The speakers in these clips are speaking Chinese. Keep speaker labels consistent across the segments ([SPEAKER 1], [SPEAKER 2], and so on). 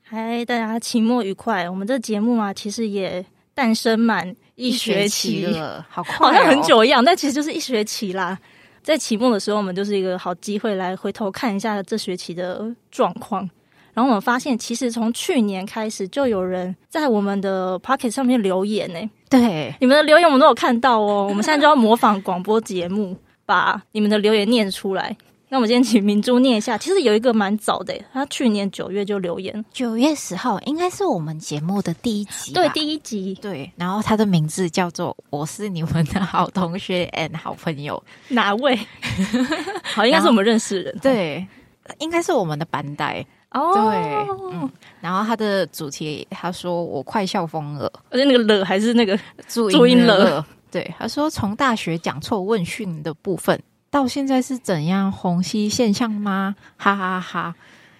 [SPEAKER 1] 嗨，大家期末愉快！我们这节目啊，其实也诞生满一学期，哎
[SPEAKER 2] 了，好快、哦，
[SPEAKER 1] 好像很。久一样，但其实就是一学期啦。在期末的时候，我们就是一个好机会来回头看一下这学期的状况。然后我们发现，其实从去年开始就有人在我们的 Pocket 上面留言呢、
[SPEAKER 2] 对，
[SPEAKER 1] 你们的留言我们都有看到哦。我们现在就要模仿广播节目，把你们的留言念出来。那我们今天请明珠念一下。其实有一个蛮早的，他去年九月就留言，
[SPEAKER 2] 九月十号应该是我们节目的第一集吧，
[SPEAKER 1] 对第一集
[SPEAKER 2] 对。然后他的名字叫做“我是你们的好同学 and 好朋友
[SPEAKER 1] 哪位？ 好，应该是我们认识的人”，。
[SPEAKER 2] 对，应该是我们的班代。
[SPEAKER 1] 哦，
[SPEAKER 2] 对嗯然后他的主题，他说我快笑疯了，
[SPEAKER 1] 而且那个了还是那个
[SPEAKER 2] 注
[SPEAKER 1] 注音了
[SPEAKER 2] 了。对，他说从大学讲错问讯的部分，到现在是怎样虹吸现象吗？哈哈哈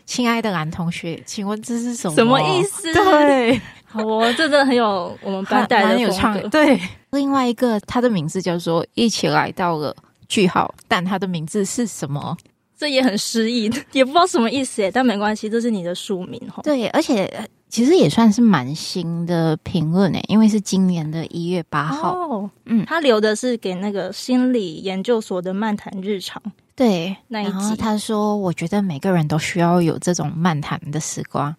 [SPEAKER 2] 亲爱的男同学，请问这是什么
[SPEAKER 1] 什么意？思？
[SPEAKER 2] 对，
[SPEAKER 1] 好哦，这真的很有我们班带
[SPEAKER 2] 蛮
[SPEAKER 1] 的
[SPEAKER 2] 有
[SPEAKER 1] 风
[SPEAKER 2] 唱
[SPEAKER 1] 格。
[SPEAKER 2] 对。 另外一个，他的名字叫做一起来到了句号，但他的名字是什么？
[SPEAKER 1] 这也很诗意，也不知道什么意思耶，但没关系，这是你的署名哈。
[SPEAKER 2] 对，而且呃其实也算是蛮新的评论诶，因为是今年的一月八号。
[SPEAKER 1] 哦，
[SPEAKER 2] 嗯
[SPEAKER 1] 他留的是给那个心理研究所的漫谈日常
[SPEAKER 2] 对，
[SPEAKER 1] 那一
[SPEAKER 2] 然后
[SPEAKER 1] 集，
[SPEAKER 2] 他说，我觉得每个人都需要有这种漫谈的时光。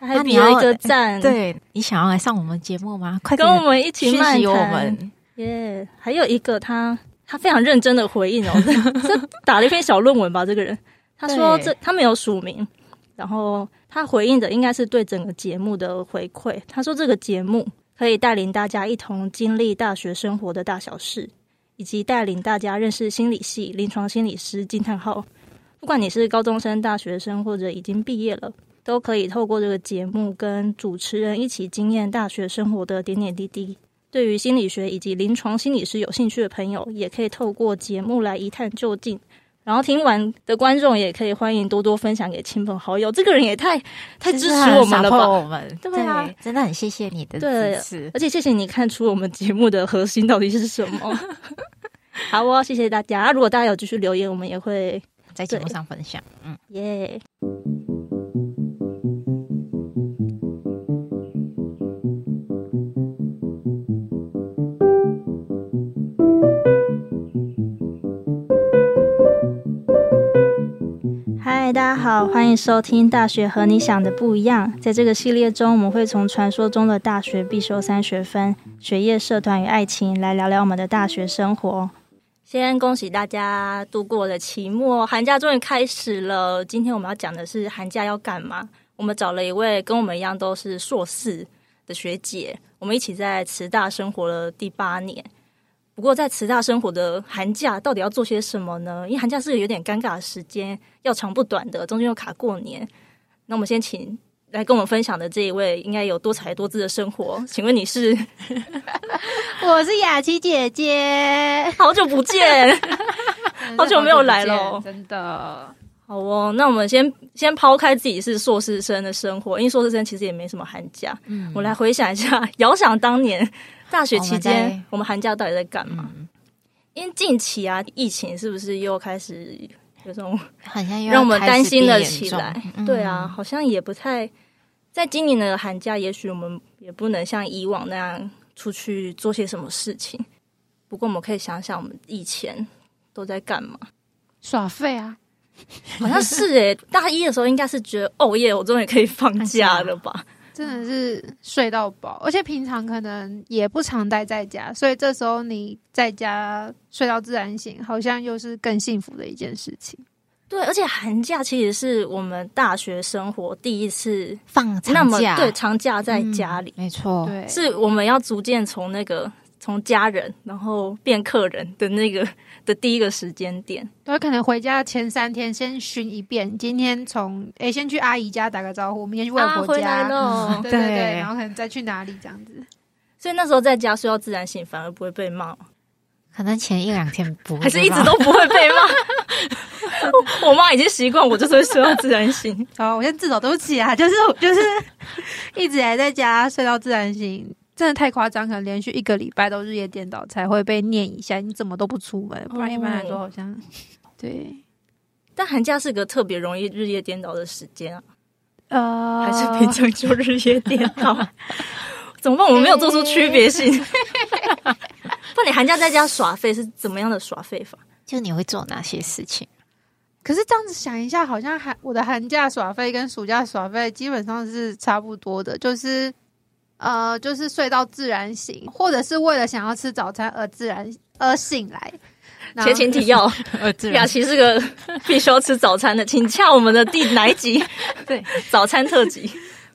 [SPEAKER 1] 他还比了一个赞，，
[SPEAKER 2] 啊对你想要来上我们节目吗？快
[SPEAKER 1] 跟
[SPEAKER 2] 点
[SPEAKER 1] 我们一起
[SPEAKER 2] 讯
[SPEAKER 1] 漫
[SPEAKER 2] 息我
[SPEAKER 1] 谈，
[SPEAKER 2] 们。
[SPEAKER 1] 耶！还有一个他，他非常认真的回应哦，这这打了一篇小论文吧，这个人，他说
[SPEAKER 2] 对
[SPEAKER 1] 这他没有署名，然后他回应的应该是对整个节目的回馈，他说这个节目可以带领大家一同经历大学生活的大小事，以及带领大家认识心理系、临床心理师惊叹号。不管你是高中生、大学生或者已经毕业了，都可以透过这个节目跟主持人一起经验大学生活的点点滴滴。对于心理学以及临床心理师有兴趣的朋友，也可以透过节目来一探究竟。然后听完的观众也可以欢迎多多分享给亲朋好友。这个人也太太支
[SPEAKER 2] 就是
[SPEAKER 1] 持
[SPEAKER 2] 很
[SPEAKER 1] 我们了
[SPEAKER 2] support
[SPEAKER 1] 吧！
[SPEAKER 2] 我们
[SPEAKER 1] 对啊
[SPEAKER 2] 真的很谢谢你的
[SPEAKER 1] 对
[SPEAKER 2] 支持。
[SPEAKER 1] 而且谢谢你看出我们节目的核心到底是什么。 好哦，谢谢大家。如果大家有继续留言，我们也会
[SPEAKER 2] 在节目
[SPEAKER 1] 对
[SPEAKER 2] 上分享，嗯，
[SPEAKER 1] 耶。嗨，大家好，欢迎收听《大学和你想的不一样》。在这个系列中，我们会从传说中的大学必修三学分、学业、社团与爱情来聊聊我们的大学生活。先恭喜大家度过了期末，寒假终于开始了。今天我们要讲的是寒假要干嘛？我们找了一位跟我们一样都是硕士的学姐，我们一起在慈大生活了第八年。不过在慈大生活的寒假到底要做些什么呢？因为寒假是个有点尴尬的时间，要长不短的，中间又卡过年。那我们先请来跟我们分享的这一位，应该有多才多姿的生活。请问你是？
[SPEAKER 3] 我是雅琪姐姐，
[SPEAKER 1] 好久不见。 好久没有来了哦
[SPEAKER 3] 真的。
[SPEAKER 1] 好哦，那我们先先抛开自己是硕士生的生活，因为硕士生其实也没什么寒假。嗯，我来回想一下，遥想当年大学期
[SPEAKER 2] 我
[SPEAKER 1] 间，
[SPEAKER 2] 们
[SPEAKER 1] 我
[SPEAKER 2] 在嗯
[SPEAKER 1] 们寒假到底在干嘛？因为近期啊，疫情是不是又开始有种
[SPEAKER 2] 好像又要
[SPEAKER 1] 让我们
[SPEAKER 2] 开始
[SPEAKER 1] 担心了
[SPEAKER 2] 变
[SPEAKER 1] 起
[SPEAKER 2] 严重
[SPEAKER 1] 来？
[SPEAKER 2] 嗯
[SPEAKER 1] 对啊，好像也不太在今年的寒假，也许我们也不能像以往那样出去做些什么事情。不过我们可以想想，我们以前都在干嘛。
[SPEAKER 3] 耍废啊！
[SPEAKER 1] 好像是诶、大一的时候应该是觉得，哦耶，我终于可以放假了吧？
[SPEAKER 3] 真的是睡到饱，而且平常可能也不常待在家，所以这时候你在家睡到自然醒，好像又是更幸福的一件事情。
[SPEAKER 1] 对，而且寒假其实是我们大学生活第一次
[SPEAKER 2] 放
[SPEAKER 1] 那
[SPEAKER 2] 长
[SPEAKER 1] 么
[SPEAKER 2] 假，嗯
[SPEAKER 1] 对长假在家里，
[SPEAKER 2] 没错，
[SPEAKER 3] 对，
[SPEAKER 1] 是我们要逐渐从那个从家人，然后变客人的那个 的第一个时间点。
[SPEAKER 3] 都可能回家前三天先巡一遍，今天从诶、先去阿姨家打个招呼，明天去外
[SPEAKER 1] 啊，
[SPEAKER 3] 婆
[SPEAKER 1] 回
[SPEAKER 3] 家，
[SPEAKER 1] 来了，
[SPEAKER 3] 对对对，
[SPEAKER 2] 对
[SPEAKER 3] 然后可能再去哪里这样子。
[SPEAKER 1] 所以那时候在家睡到自然醒，反而不会被骂，
[SPEAKER 2] 可能前一两天不会吧，
[SPEAKER 1] 还是一直都不会被骂。我我妈已经习惯，我就是会睡到自然醒。
[SPEAKER 3] 好，哦我先自首，对不起啊， 就是我就是一直还在家睡到自然醒，真的太夸张，可能连续一个礼拜都日夜颠倒才会被念一下，你怎么都不出
[SPEAKER 1] 哦
[SPEAKER 3] 门，不然一般来说好像、对，
[SPEAKER 1] 但寒假是个特别容易日夜颠倒的时间啊。
[SPEAKER 3] 呃，
[SPEAKER 1] 还是平常
[SPEAKER 2] 哦
[SPEAKER 1] 就日夜颠倒？ 怎么办？我没有做出区别性。
[SPEAKER 2] 嗯
[SPEAKER 1] 不，你寒假在家耍废是怎么样的耍废法？
[SPEAKER 2] 就你会做哪些事 情？
[SPEAKER 3] 可是这样子想一下，好像寒我的寒假耍费跟暑假耍费基本上是差不多的，就是呃，就是睡到自然醒，或者是为了想要吃早餐而自然而醒来。然后
[SPEAKER 1] 前情提要，
[SPEAKER 2] 呃，自
[SPEAKER 1] 雅琪是个必须要吃早餐的，请洽我们的 第哪一集？
[SPEAKER 2] 对，
[SPEAKER 1] 早餐特 辑。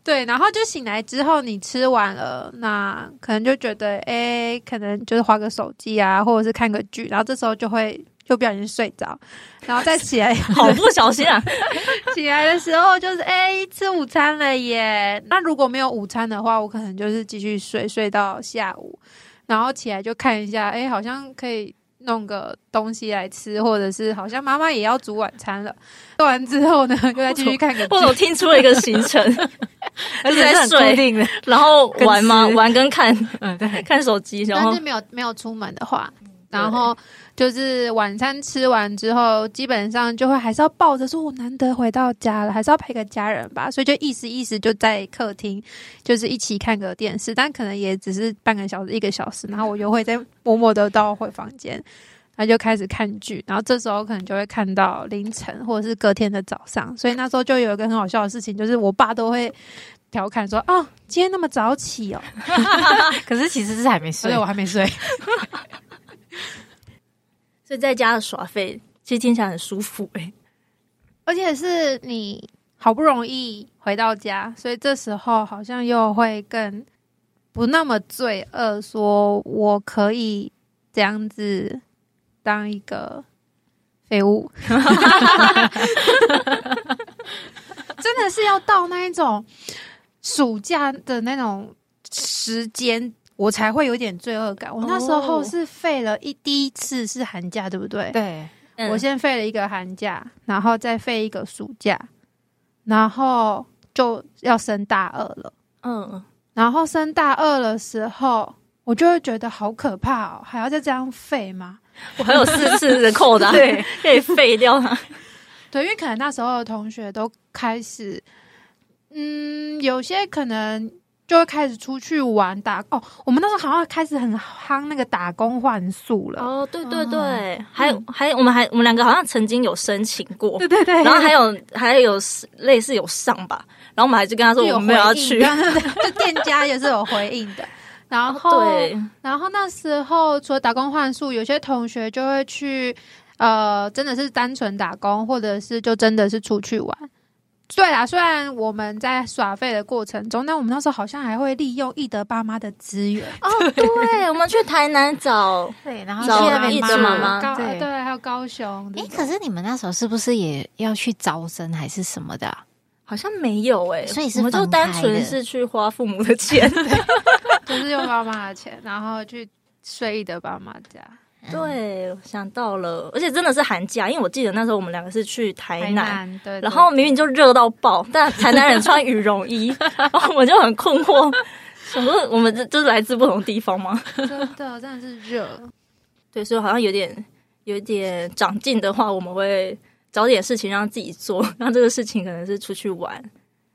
[SPEAKER 3] 对，然后就醒来之后，你吃完了，那可能就觉得诶，可能就是划个手机啊，或者是看个剧，然后这时候就会就不小心睡着，然后再起来
[SPEAKER 1] 好不小心啊！
[SPEAKER 3] 起来的时候就是哎、吃午餐了耶。那如果没有午餐的话，我可能就是继续睡，睡到下午，然后起来就看一下，哎、好像可以弄个东西来吃，或者是好像妈妈也要煮晚餐了。做完之后呢，又再继续看个
[SPEAKER 1] 我有
[SPEAKER 3] 剧。
[SPEAKER 1] 听出了一个行程，
[SPEAKER 2] 而且
[SPEAKER 1] 在
[SPEAKER 2] 是很
[SPEAKER 1] 睡
[SPEAKER 2] 固定 的，
[SPEAKER 1] 然后玩吗？
[SPEAKER 2] 跟吃
[SPEAKER 1] 玩跟看
[SPEAKER 2] 嗯，对，
[SPEAKER 1] 看手机，然
[SPEAKER 3] 但
[SPEAKER 1] 后嗯
[SPEAKER 3] 是没有没有出门的话。然后就是晚餐吃完之后，基本上就会还是要抱着说，我难得回到家了，还是要陪个家人吧，所以就意思意思就在客厅，就是一起看个电视，但可能也只是半个小时一个小时，然后我又会再默默的到回房间，然后就开始看剧，然后这时候可能就会看到凌晨或者是隔天的早上，所以那时候就有一个很好笑的事情，就是我爸都会调侃说，哦，今天那么早起哦，
[SPEAKER 2] 可是其实是还没
[SPEAKER 3] 所
[SPEAKER 2] 睡
[SPEAKER 3] 以，我还没睡。
[SPEAKER 1] 所以在家的耍废，其实听起来很舒服哎、
[SPEAKER 3] 而且是你好不容易回到家，所以这时候好像又会更不那么罪恶，说我可以这样子当一个废物，真的是要到那一种暑假的那种时间。我才会有点罪恶感。我那时候
[SPEAKER 1] 哦
[SPEAKER 3] 是废了一第一次是寒假，对不对？
[SPEAKER 2] 对，
[SPEAKER 1] 嗯
[SPEAKER 3] 我先废了一个寒假，然后再废一个暑假，然后就要升大二了。
[SPEAKER 1] 嗯，
[SPEAKER 3] 然后升大二的时候，我就会觉得好可怕哦，还要再这样废吗？
[SPEAKER 1] 我还有四次的扣的、啊，对，可以废掉它。
[SPEAKER 3] 对，因为可能那时候的同学都开始，嗯，有些可能就会开始出去玩打哦。我们那时候好像开始很夯那个打工换宿了，
[SPEAKER 1] 哦，对对对，还有还有我们还我们两个好像曾经有申请过，
[SPEAKER 3] 嗯对对，
[SPEAKER 1] 然后还有还有类似有上吧，然后我们还是跟他说
[SPEAKER 3] 是有
[SPEAKER 1] 我们没有要
[SPEAKER 3] 回应
[SPEAKER 1] 去，
[SPEAKER 3] 的 就店家也是有回应的。然后
[SPEAKER 1] 哦对，
[SPEAKER 3] 然后那时候除了打工换宿，有些同学就会去，呃，真的是单纯打工，或者是就真的是出去玩。对啦，虽然我们在耍废的过程中，但我们那时候好像还会利用易德爸妈的资源，
[SPEAKER 1] 哦，对，我们去台南找，
[SPEAKER 2] 对，然后
[SPEAKER 1] 找
[SPEAKER 2] 去那边
[SPEAKER 1] 一
[SPEAKER 2] 住
[SPEAKER 1] 直妈妈
[SPEAKER 3] 高对
[SPEAKER 2] 对。
[SPEAKER 3] 还有高雄这
[SPEAKER 2] 哎，
[SPEAKER 3] 种。
[SPEAKER 2] 可是你们那时候是不是也要去招生还是什么的啊？
[SPEAKER 1] 好像没有哎、
[SPEAKER 2] 所以是
[SPEAKER 1] 我们就
[SPEAKER 2] 分开
[SPEAKER 1] 单纯
[SPEAKER 2] 的
[SPEAKER 1] 是去花父母的 钱，
[SPEAKER 3] 就是用爸妈的钱，然后去睡易德爸妈家。
[SPEAKER 1] 对，我想到了，而且真的是寒假，因为我记得那时候我们两个是去台南，
[SPEAKER 3] 对，对
[SPEAKER 1] 然后明明就热到爆，但台南人穿羽绒 衣，然后我就很困惑，想说我们这这是来自不同地方吗？
[SPEAKER 3] 真的真的是 热，
[SPEAKER 1] 对，所以好像有点有点长进的话，我们会找点事情让自己做，让这个事情可能是出去玩。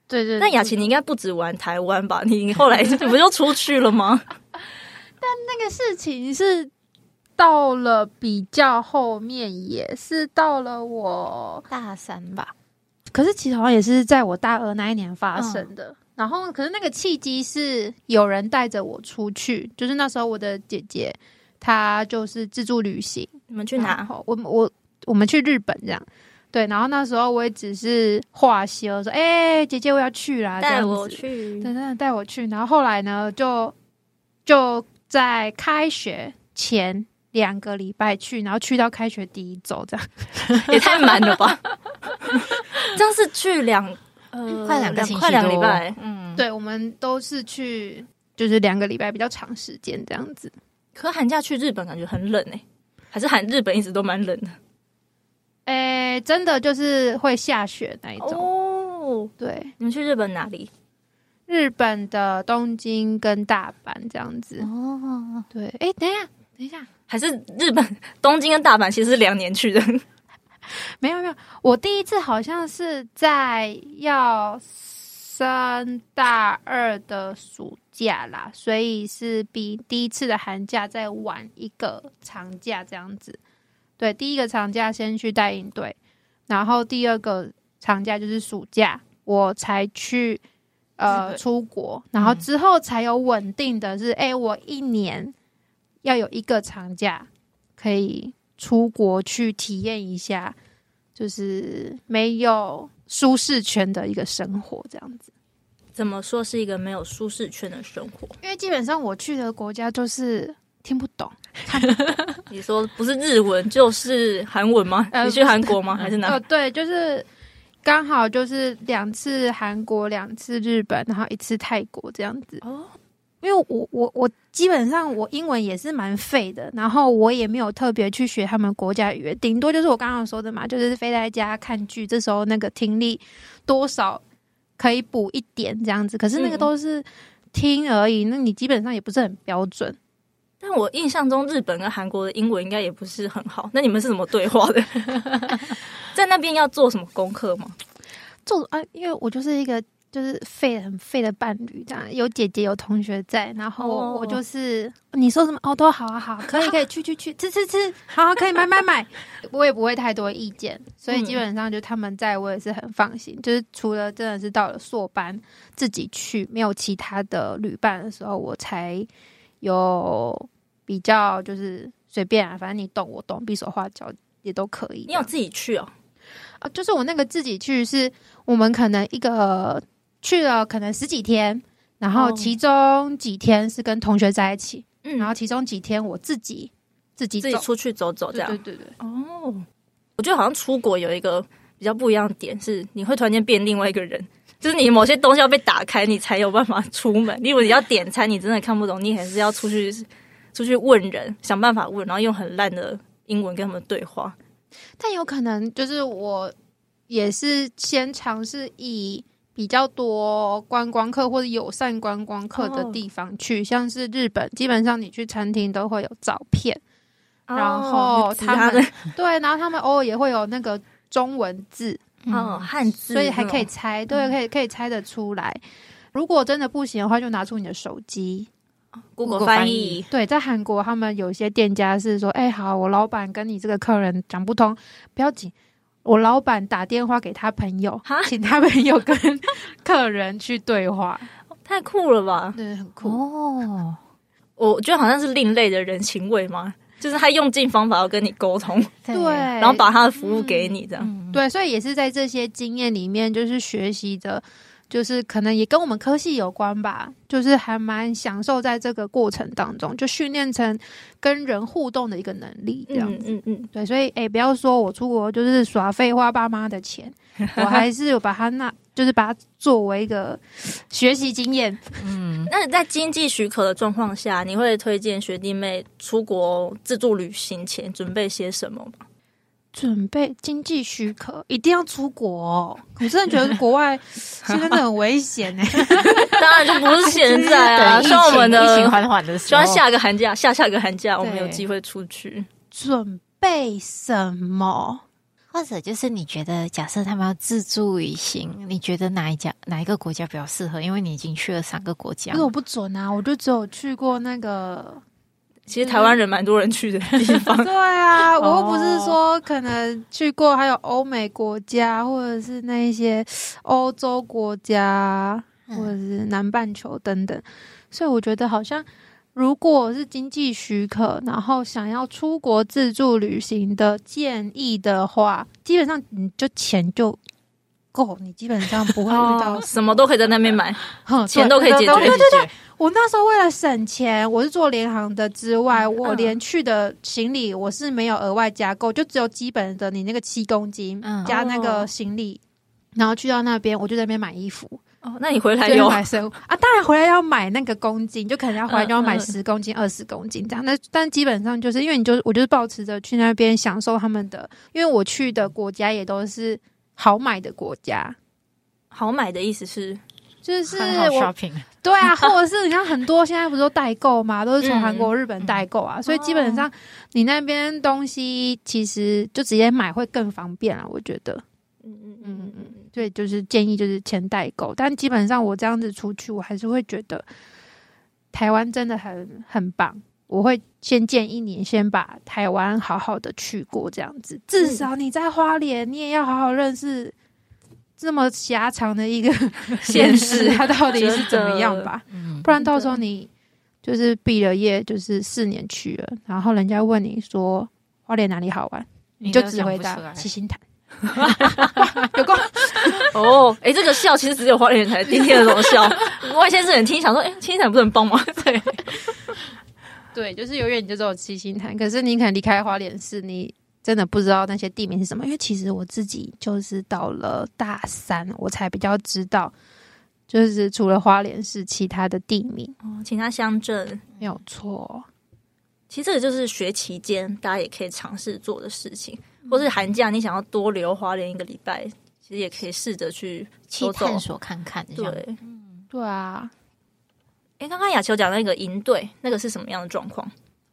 [SPEAKER 3] 对对。
[SPEAKER 1] 但雅琪，你应该不止玩台湾吧？你你后来 你不就出去了吗？
[SPEAKER 3] 这个事情是到了比较后面，也是到了我，
[SPEAKER 2] 大三吧，
[SPEAKER 3] 可是其实好像也是在我大二那一年发生
[SPEAKER 1] 嗯
[SPEAKER 3] 的。然后，可是那个契机是有人带着我出去，就是那时候我的姐姐她就是自助旅行，
[SPEAKER 1] 你们去
[SPEAKER 3] 然
[SPEAKER 1] 哪？
[SPEAKER 3] 后我我我们去日本这样。对，然后那时候我也只是话休，说：“哎、姐姐，我要去
[SPEAKER 2] 啊
[SPEAKER 3] 啦，这
[SPEAKER 1] 带
[SPEAKER 3] 样
[SPEAKER 1] 我
[SPEAKER 3] 子
[SPEAKER 1] 去。
[SPEAKER 3] 真的带我去。然后后来呢，就就在开学前两个礼拜去，然后去到开学第一周这样。
[SPEAKER 1] 也太满了 吧！ 这样是去两呃
[SPEAKER 2] 快两个星期
[SPEAKER 1] 快两个礼
[SPEAKER 2] 多
[SPEAKER 1] 拜，
[SPEAKER 2] 嗯，
[SPEAKER 3] 对，我们都是去就是两个礼拜比较长时间这样子。
[SPEAKER 1] 可寒假去日本感觉很冷哎、还是寒日本一直都蛮冷的
[SPEAKER 3] 诶，真的就是会下雪那一种。
[SPEAKER 1] 哦。
[SPEAKER 3] 对，
[SPEAKER 1] 你们去日本哪里？
[SPEAKER 3] 日本的东京跟大阪这样子。
[SPEAKER 2] 哦，
[SPEAKER 3] 对，诶，等一下，等一下，
[SPEAKER 1] 还是日本东京跟大阪其实是两年去的，
[SPEAKER 3] 没有没有，我第一次好像是在要升大二的暑假啦，所以是比第一次的寒假再晚一个长假这样子。对，第一个长假先去带营队，然后第二个长假就是暑假，我才去
[SPEAKER 1] 日
[SPEAKER 3] 呃
[SPEAKER 1] 本
[SPEAKER 3] 出国，然后之后才有稳定的是，哎、我一年要有一个长假可以出国去体验一下，就是没有舒适圈的一个生活这样子。
[SPEAKER 1] 怎么说是一个没有舒适圈的生活？
[SPEAKER 3] 因为基本上我去的国家就是听不 懂，
[SPEAKER 1] 你说不是日文就是韩文吗？
[SPEAKER 3] 呃
[SPEAKER 1] 你去韩国吗？还是哪
[SPEAKER 3] 呃，？对，就是刚好就是两次韩国，两次日本，然后一次泰国这样子。
[SPEAKER 1] 哦，
[SPEAKER 3] 因为我我我基本上我英文也是蛮废的，然后我也没有特别去学他们国家语言，顶多就是我刚刚说的嘛，就是飞在家看剧，这时候那个听力多少可以补一点这样子，可是那个
[SPEAKER 1] 嗯
[SPEAKER 3] 都是听而已，那你基本上也不是很标准。
[SPEAKER 1] 但我印象中日本跟韩国的英文应该也不是很好。那你们是怎么对话 的？在那边要做什么功课吗？
[SPEAKER 3] 做啊，因为我就是一个就是废很废的伴侣，这样有姐姐有同学在，然后
[SPEAKER 1] 哦
[SPEAKER 3] 我就是、你说什么哦都好啊好，可以可以去去去吃吃吃，好啊可以买买买， 我也不会太多意见，所以基本上就他们在我也是很放心，就是除了真的是到了硕班自己去，没有其他的旅伴的时候，我才有比较就是随便啊，反正你懂我懂，比手画脚也都可以这
[SPEAKER 1] 你有
[SPEAKER 3] 样。
[SPEAKER 1] 自己去哦？
[SPEAKER 3] 啊，就是我那个自己去是，我们可能一个去了可能十几天，然后
[SPEAKER 1] 哦
[SPEAKER 3] 其中几天是跟同学在一起，
[SPEAKER 1] 嗯，
[SPEAKER 3] 然后其中几天我自己自己
[SPEAKER 1] 自己
[SPEAKER 3] 走
[SPEAKER 1] 出去走走这
[SPEAKER 3] 对
[SPEAKER 1] 样
[SPEAKER 3] 对。对对，
[SPEAKER 1] 哦，我觉得好像出国有一个比较不一样的点是，你会突然间变另外一个人，就是你某些东西要被打开，你才有办法出门。例如你要点餐，你真的看不懂，你还是要出去出去问人，想办法问，然后用很烂的英文跟他们对话。
[SPEAKER 3] 但有可能就是我也是先尝试以比较多观光客或者友善观光客的
[SPEAKER 1] 哦
[SPEAKER 3] 地方去，像是日本，基本上你去餐厅都会有照片。 然后
[SPEAKER 1] 哦其
[SPEAKER 3] 他们
[SPEAKER 1] 的
[SPEAKER 3] 对，然后他们偶尔也会有那个中文字，
[SPEAKER 1] 哦汉字，
[SPEAKER 3] 所以还可以猜，对，
[SPEAKER 1] 嗯
[SPEAKER 3] 可以可以猜得出来。如果真的不行的话，就拿出你的手机。
[SPEAKER 1] Google
[SPEAKER 2] Google
[SPEAKER 1] 翻
[SPEAKER 2] 翻
[SPEAKER 1] 译
[SPEAKER 2] 译。
[SPEAKER 3] 对，在韩国他们有些店家是说，哎、好，我老板跟你这个客人讲不通，不要紧，我老板打电话给他朋友
[SPEAKER 1] 哈，
[SPEAKER 3] 请他朋友跟 客人去对话，
[SPEAKER 1] 太酷了吧！
[SPEAKER 3] 对，很酷。
[SPEAKER 2] 哦，
[SPEAKER 1] 我觉得好像是另类的人情味嘛，就是他用尽方法要跟你沟通，
[SPEAKER 2] 对
[SPEAKER 3] 对，
[SPEAKER 1] 然后把他的服务给你这样。
[SPEAKER 2] 嗯，
[SPEAKER 3] 对，所以也是在这些经验里面，就是学习的，就是可能也跟我们科系有关吧，就是还蛮享受在这个过程当中，就训练成跟人互动的一个能力，这样。
[SPEAKER 1] 嗯嗯嗯，
[SPEAKER 3] 对，所以诶，不要说我出国就是耍废花爸妈的钱，我还是有把它那，就是把它作为一个学习经验。
[SPEAKER 2] 嗯
[SPEAKER 1] 那在经济许可的状况下，你会推荐学弟妹出国自助旅行前准备些什么吗？
[SPEAKER 3] 准备经济许可，一定要出国、哦。我真的觉得国外 现在真的很危险哎、
[SPEAKER 1] 当然就 不是现在啊，
[SPEAKER 2] 等疫
[SPEAKER 1] 希望我们
[SPEAKER 2] 情疫情
[SPEAKER 1] 的
[SPEAKER 2] 缓缓的时
[SPEAKER 1] 希
[SPEAKER 2] 候，
[SPEAKER 1] 望下个寒假、下下个寒假我们有
[SPEAKER 2] 对
[SPEAKER 1] 机会出去。
[SPEAKER 3] 准备什么？
[SPEAKER 2] 或者就是你觉得，假设他们要自助旅行，你觉得哪一家哪一个国家比较适合？因为你已经去了三个国家
[SPEAKER 3] 这，个我不准啊，我就只有去过那个。
[SPEAKER 1] 其实台湾人蛮多人去的地方，
[SPEAKER 3] 对啊， 我又
[SPEAKER 2] 哦
[SPEAKER 3] 不是说可能去过，还有欧美国家，或者是那一些欧洲国家，
[SPEAKER 2] 嗯
[SPEAKER 3] 或者是南半球等等。所以我觉得好像。如果是经济许可，然后想要出国自助旅行的建议的话，基本上你就钱就够，你基本上不会遇到
[SPEAKER 1] 哦什么都可以在那边买，
[SPEAKER 3] 哼
[SPEAKER 1] 钱都可以解决。
[SPEAKER 3] 对对
[SPEAKER 1] 对，
[SPEAKER 3] 我那时候为了省钱，我是做联航的之外，我
[SPEAKER 1] 嗯
[SPEAKER 3] 连去的行李我是没有额外加购，就只有基本的你那个七公斤、
[SPEAKER 2] 嗯
[SPEAKER 3] 加那个
[SPEAKER 1] 哦
[SPEAKER 3] 行李。然后去到那边，我就在那边买衣服，
[SPEAKER 1] 哦，那你回来
[SPEAKER 3] 就
[SPEAKER 1] 哦有
[SPEAKER 3] 买生物啊。当然回来要买那个公斤，就可能要回来
[SPEAKER 1] 嗯
[SPEAKER 3] 就要
[SPEAKER 1] 嗯
[SPEAKER 3] 买
[SPEAKER 1] 嗯
[SPEAKER 3] 十公斤、二十公斤这样。那但基本上就是因为你就我就是保持着去那边享受他们的，因为我去的国家也都是好买的国家，
[SPEAKER 1] 好买的意思是
[SPEAKER 3] 就是
[SPEAKER 2] 很好
[SPEAKER 3] 我
[SPEAKER 2] shopping，
[SPEAKER 3] 对啊， 或者是你看很多现在不是都代购嘛，都是从韩国、日本代购啊，所以基本上你那边东西其实就直接买会更方便啊，我觉得。
[SPEAKER 1] 嗯嗯
[SPEAKER 3] 嗯嗯
[SPEAKER 1] 嗯嗯，
[SPEAKER 3] 所以就是建议就是钱代购。但基本上我这样子出去，我还是会觉得台湾真的很很棒。我会先建议你先把台湾好好的去过，这样子，至少你在花莲，你也要好好认识这么狭长的一个
[SPEAKER 1] 嗯
[SPEAKER 3] 县市，它到底是怎么样吧。
[SPEAKER 2] 嗯
[SPEAKER 3] 不然到时候你就是毕了业，就是四年去了，然后人家问你说花莲哪里好玩，你就只回答七星潭。哇有够
[SPEAKER 1] 哦，哎，这个笑其实只有花莲才听得懂笑，外县市人听想说，哎，青城不能帮忙， 对，
[SPEAKER 3] 对，就是永远你就只有七星潭，可是你可能离开花莲市，你真的不知道那些地名是什么。因为其实我自己就是到了大三，我才比较知道，就是除了花莲市，其他的地名
[SPEAKER 1] 其他乡镇。
[SPEAKER 3] 没有错。
[SPEAKER 1] 其实这个就是学期间大家也可以尝试做的事情，或是寒假你想要多留花莲一个礼拜，其实也可以试着去
[SPEAKER 2] 去
[SPEAKER 1] 走走
[SPEAKER 2] 探索看看，嗯这
[SPEAKER 1] 对
[SPEAKER 2] 样，
[SPEAKER 3] 对啊，
[SPEAKER 1] 哎，刚刚雅球讲那个营队，那个是什么样的状况？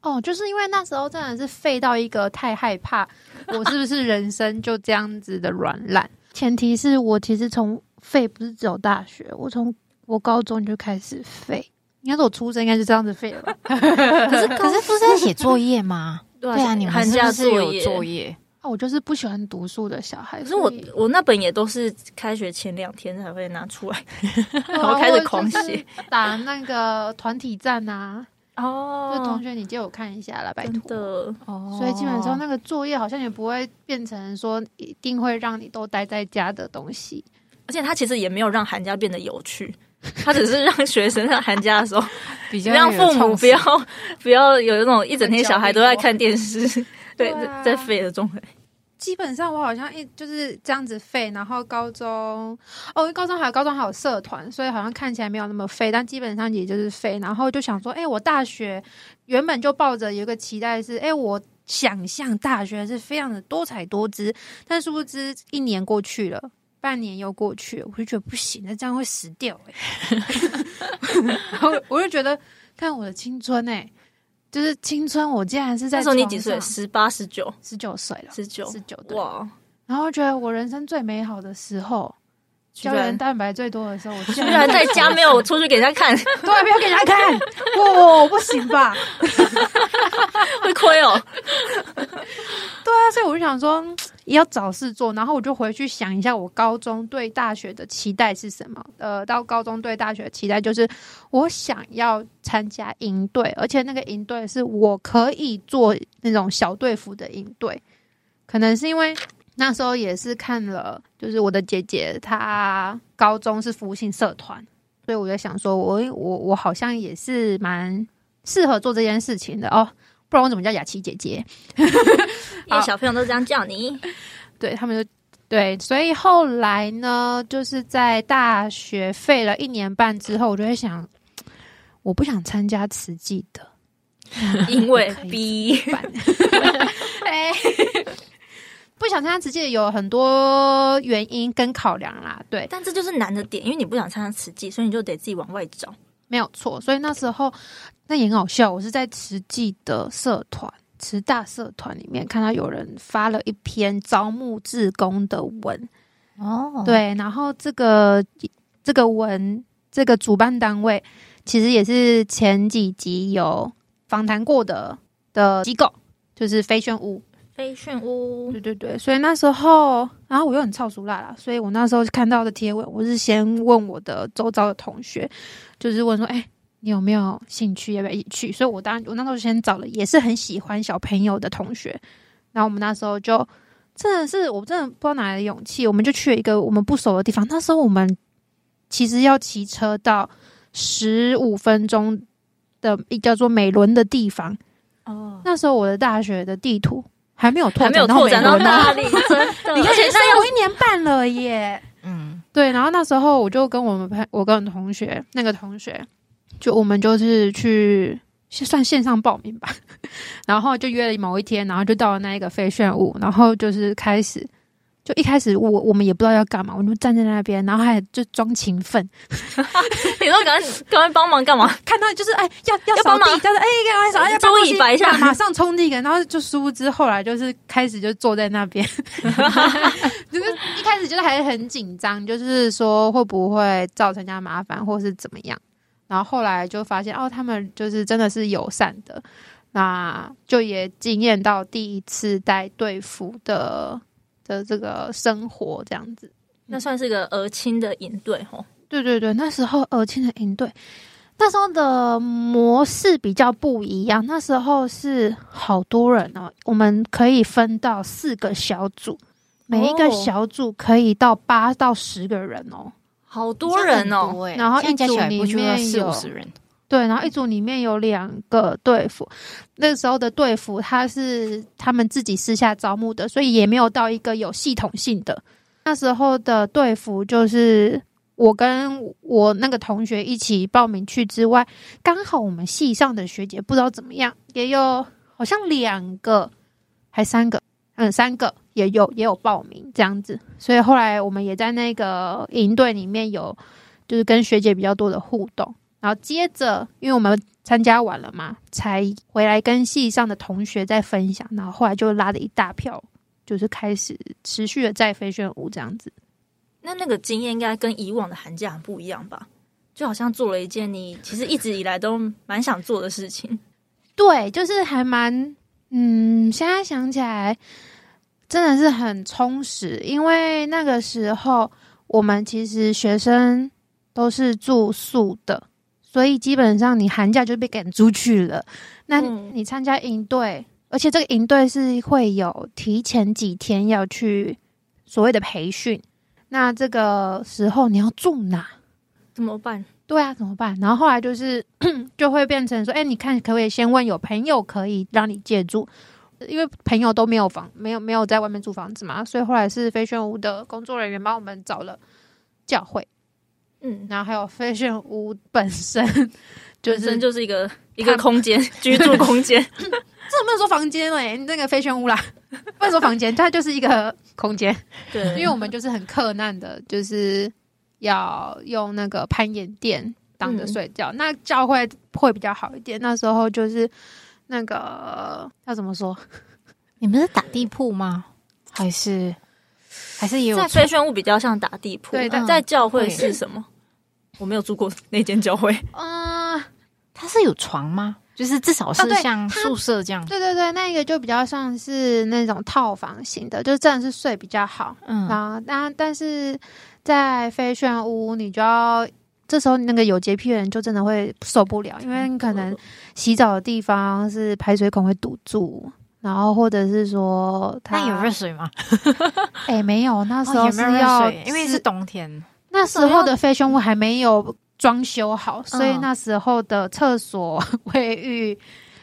[SPEAKER 3] 哦，就是因为那时候真的是废到一个太害怕，我是不是人生就这样子的软烂？ 前提是我其实从废不是只有大学，我从我高中就开始废，应该是我出生应该就这样子废了吧。
[SPEAKER 2] 可是可是不是在写作业吗？
[SPEAKER 1] 对
[SPEAKER 2] 对啊，你们
[SPEAKER 1] 寒
[SPEAKER 2] 是
[SPEAKER 1] 假
[SPEAKER 2] 不是有
[SPEAKER 1] 业。
[SPEAKER 2] 作业？
[SPEAKER 3] 啊，我就是不喜欢读书的小孩，
[SPEAKER 1] 可是我
[SPEAKER 3] 所 以
[SPEAKER 1] 我那本也都是开学前两天才会拿出来
[SPEAKER 3] 对啊
[SPEAKER 1] 我开始
[SPEAKER 3] 就是
[SPEAKER 1] 狂写
[SPEAKER 3] 打那个团体战啊，就同
[SPEAKER 1] 哦，
[SPEAKER 3] 学你借我看一下啦，拜
[SPEAKER 1] 真
[SPEAKER 3] 托。
[SPEAKER 1] 的
[SPEAKER 2] 哦
[SPEAKER 3] 所以基本上那个作业好像也不会变成说一定会让你都待在家的东西。
[SPEAKER 1] 而且他其实也没有让寒假变得有趣， 他只是让学生在寒假的时候，
[SPEAKER 2] 比较
[SPEAKER 1] 让
[SPEAKER 2] 有
[SPEAKER 1] 父母
[SPEAKER 2] 创
[SPEAKER 1] 不
[SPEAKER 2] 新
[SPEAKER 1] 要不要有那种一整天小孩都在看电视，对，
[SPEAKER 3] 对啊
[SPEAKER 1] 在废的状态。
[SPEAKER 3] 基本上我好像一就是这样子废，然后高中哦，因为高中还有高中还有社团，所以好像看起来没有那么废，但基本上也就是废。然后就想说，哎、我大学原本就抱着有一个期待是，哎、我想象大学是非常的多彩多姿，但殊不知一年过去了。半年又过去了，我就觉得不行，那这样会死掉哎、 然后我就觉得，看我的青春哎、就是青春，我竟然是在
[SPEAKER 1] 那时候你几岁？十八、十九、
[SPEAKER 3] 十九岁了，
[SPEAKER 1] 十九。
[SPEAKER 3] 十九对。
[SPEAKER 1] 哇，
[SPEAKER 3] 然后觉得我人生最美好的时候，
[SPEAKER 1] 居
[SPEAKER 3] 胶
[SPEAKER 1] 然
[SPEAKER 3] 原蛋白最多的时候，我居
[SPEAKER 1] 居然在家没有出去给人家看，
[SPEAKER 3] 对，没有给人家看，哇，不行吧？
[SPEAKER 1] 会亏 哦。
[SPEAKER 3] 对啊，所以我就想说，嗯也要找事做。然后我就回去想一下，我高中对大学的期待是什么？呃，到高中对大学的期待就是，我想要参加营队，而且那个营队是我可以做那种小队服的营队。可能是因为那时候也是看了，就是我的姐姐她高中是服务性社团，所以我就想说我，我我好像也是蛮适合做这件事情的哦。不然我怎么叫雅琪姐姐？
[SPEAKER 1] 因为小朋友都这样叫你，
[SPEAKER 3] 对他们就对，所以后来呢，就是在大学废了一年半之后，我就会想，我不想参加慈济的
[SPEAKER 1] 因为
[SPEAKER 3] 可以
[SPEAKER 1] 逼
[SPEAKER 3] 班，哎不想参加慈济的有很多原因跟考量啦，对，
[SPEAKER 1] 但这就是难的点，因为你不想参加慈济，所以你就得自己往外找。
[SPEAKER 3] 没有错。所以那时候那也很好笑，我是在慈济的社团。慈大社团里面看到有人发了一篇招募志工的文，
[SPEAKER 2] 哦，
[SPEAKER 3] 对，然后这个这个文这个主办单位其实也是前几集有访谈过的的机构，就是飞旋屋。
[SPEAKER 1] 飞旋屋
[SPEAKER 3] 对对对，所以那时候，然后我又很超熟辣啦，所以我那时候看到的贴文，我是先问我的周遭的同学，就是问说，哎、你有没有兴趣？要不要一起去？所以我当然，我那时候先找了，也是很喜欢小朋友的同学。然后我们那时候就真的是，我真的不知道哪来的勇气，我们就去了一个我们不熟的地方。那时候我们其实要骑车到十五分钟的一个叫做美伦的地方。
[SPEAKER 1] 哦，
[SPEAKER 3] 那时候我的大学的地图还没有拓
[SPEAKER 1] 还
[SPEAKER 3] 展，
[SPEAKER 1] 没有拓展
[SPEAKER 3] 美
[SPEAKER 1] 到
[SPEAKER 3] 伦哦
[SPEAKER 1] 那里，真的。
[SPEAKER 3] 你看
[SPEAKER 1] 而且那
[SPEAKER 3] 那
[SPEAKER 1] 要
[SPEAKER 3] 有一年半了耶。
[SPEAKER 2] 嗯，
[SPEAKER 3] 对，然后那时候我就跟我们朋，我跟我同学那个同学，就我们就是去算线上报名吧， 然后就约了某一天，然后就到了那一个飞旋舞，然后就是开始。就一开始我我们也不知道要干嘛，我们就站在那边，然后还就装勤奋，
[SPEAKER 1] 你说赶快赶快帮忙干嘛？
[SPEAKER 3] 看到就是哎要要
[SPEAKER 1] 要
[SPEAKER 3] 扫
[SPEAKER 1] 帮
[SPEAKER 3] 地，
[SPEAKER 1] 忙嗯
[SPEAKER 3] 但是哎赶快扫，要
[SPEAKER 1] 桌椅摆一下
[SPEAKER 3] 马上冲地个，然后就殊不知后来就是开始就坐在 那边，就是一开始就是还很紧张，就是说会不会造成人家麻烦或是怎么样，然后后来就发现哦他们就是真的是友善的，那就也惊艳到第一次带队服的的这个生活这样子。
[SPEAKER 1] 那算是个额亲的营队吼。
[SPEAKER 3] 对对对，那时候俄青的营队，那时候的模式比较不一样。那时候是好多人哦，我们可以分到四个小组，每一个
[SPEAKER 1] 哦
[SPEAKER 3] 小组可以到八到十个人哦。
[SPEAKER 1] 好多人
[SPEAKER 2] 很
[SPEAKER 1] 哦，
[SPEAKER 2] 多欸
[SPEAKER 3] 然后
[SPEAKER 2] 现在加起来
[SPEAKER 3] 一组
[SPEAKER 2] 不就要
[SPEAKER 3] 里面
[SPEAKER 2] 四
[SPEAKER 3] 有
[SPEAKER 2] 五十人？
[SPEAKER 3] 对，然后一组里面有两个队服，那时候的队服他是他们自己私下招募的，所以也没有到一个有系统性的。那时候的队服就是我跟我那个同学一起报名去之外，刚好我们系上的学姐不知道怎么样，也有好像两个还三个，嗯，三个也有也有报名这样子，所以后来我们也在那个营队里面有就是跟学姐比较多的互动。然后接着，因为我们参加完了嘛，才回来跟系上的同学再分享，然后后来就拉了一大票，就是开始持续的在飞旋舞这样子。
[SPEAKER 1] 那那个经验应该跟以往的寒假很不一样吧？就好像做了一件你其实一直以来都蛮想做的事 情，
[SPEAKER 3] 对，就是还蛮，嗯，现在想起来真的是很充实，因为那个时候我们其实学生都是住宿的，所以基本上你寒假就被赶出去了。那
[SPEAKER 1] 嗯
[SPEAKER 3] 你参加营队，而且这个营队是会有提前几天要去所谓的培训，那这个时候你要住哪？
[SPEAKER 1] 怎么办？
[SPEAKER 3] 对啊，怎么办？然后后来就是 就会变成说，哎，你看可不可以先问有朋友可以让你借住？因为朋友都没有房，没有没有在外面租房子嘛，所以后来是飞旋屋的工作人员帮我们找了教会，
[SPEAKER 1] 嗯，
[SPEAKER 3] 然后还有飞旋屋本身就
[SPEAKER 1] 本
[SPEAKER 3] 是
[SPEAKER 1] 身
[SPEAKER 3] 就
[SPEAKER 1] 就是一个一个空 间，居住空间。
[SPEAKER 3] 这不能说房间哎、那个飞旋屋啦， 不能说房间，它就是一个空间，
[SPEAKER 1] 对，
[SPEAKER 3] 因为我们就是很克难的，就是要用那个攀岩垫挡着睡觉。那教会会比较好一点，那时候就是那个要怎么说？
[SPEAKER 2] 你们是打地铺吗？还是还是也有
[SPEAKER 1] 在
[SPEAKER 2] 床
[SPEAKER 1] 飞旋屋比较像打地铺，啊
[SPEAKER 3] 对但
[SPEAKER 1] 在教会
[SPEAKER 2] 会
[SPEAKER 1] 是什么？我没有住过那间教会，
[SPEAKER 3] 嗯、
[SPEAKER 2] 它是有床吗？就是至少
[SPEAKER 3] 啊
[SPEAKER 2] 是
[SPEAKER 3] 对
[SPEAKER 2] 像
[SPEAKER 3] 它
[SPEAKER 2] 宿舍这样，
[SPEAKER 3] 对对对，那一个就比较像是那种套房型的，就真的是睡比较好。
[SPEAKER 2] 嗯，
[SPEAKER 3] 啊，那但是在飞旋屋，你就要这时候那个有洁癖的人就真的会受不了，因为你可能洗澡的地方是排水孔会堵住，然后或者是说他
[SPEAKER 2] 那有热水吗？
[SPEAKER 3] 哎、没有，那时
[SPEAKER 2] 哦
[SPEAKER 3] 候
[SPEAKER 2] 也没
[SPEAKER 3] 是
[SPEAKER 2] 有热
[SPEAKER 3] 要、
[SPEAKER 2] 水，因为是冬天，
[SPEAKER 3] 那时候的飞旋屋还没有装修好，所以
[SPEAKER 2] 嗯
[SPEAKER 3] 那时候的厕所卫浴。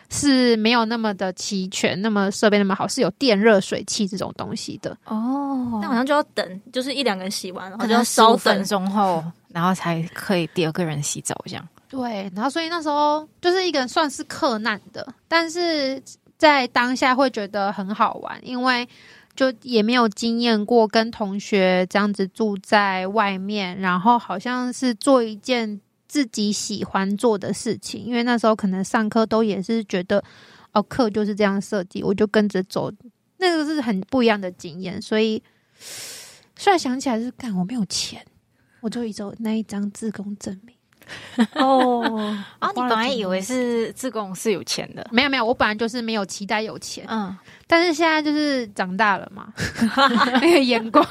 [SPEAKER 3] 是没有那么的齐全，那么设备那么好，是有电热水器这种东西的。
[SPEAKER 2] 哦
[SPEAKER 1] 那好像就要等，就是一两个人洗完，然后
[SPEAKER 2] 可
[SPEAKER 1] 就要
[SPEAKER 2] 能十
[SPEAKER 1] 稍
[SPEAKER 2] 五分
[SPEAKER 1] 等。
[SPEAKER 2] 钟 后，然后才可以第二个人洗澡这样。
[SPEAKER 3] 对，然后所以那时候就是一个算是克难的，但是在当下会觉得很好玩，因为就也没有经验过跟同学这样子住在外面，然后好像是做一件自己喜欢做的事情，因为那时候可能上课都也是觉得哦课就是这样设计，我就跟着走，那个是很不一样的经验，所以虽然想起来就是干我没有钱，我就一周那一张自工证明。
[SPEAKER 1] 哦，
[SPEAKER 2] 啊，你本
[SPEAKER 3] 花了
[SPEAKER 2] 来
[SPEAKER 3] 几
[SPEAKER 2] 以为是自贡是有钱的，
[SPEAKER 3] 没有没有，我本来就是没有期待有钱，
[SPEAKER 2] 嗯，
[SPEAKER 3] 但是现在就是长大了嘛，那个眼 光，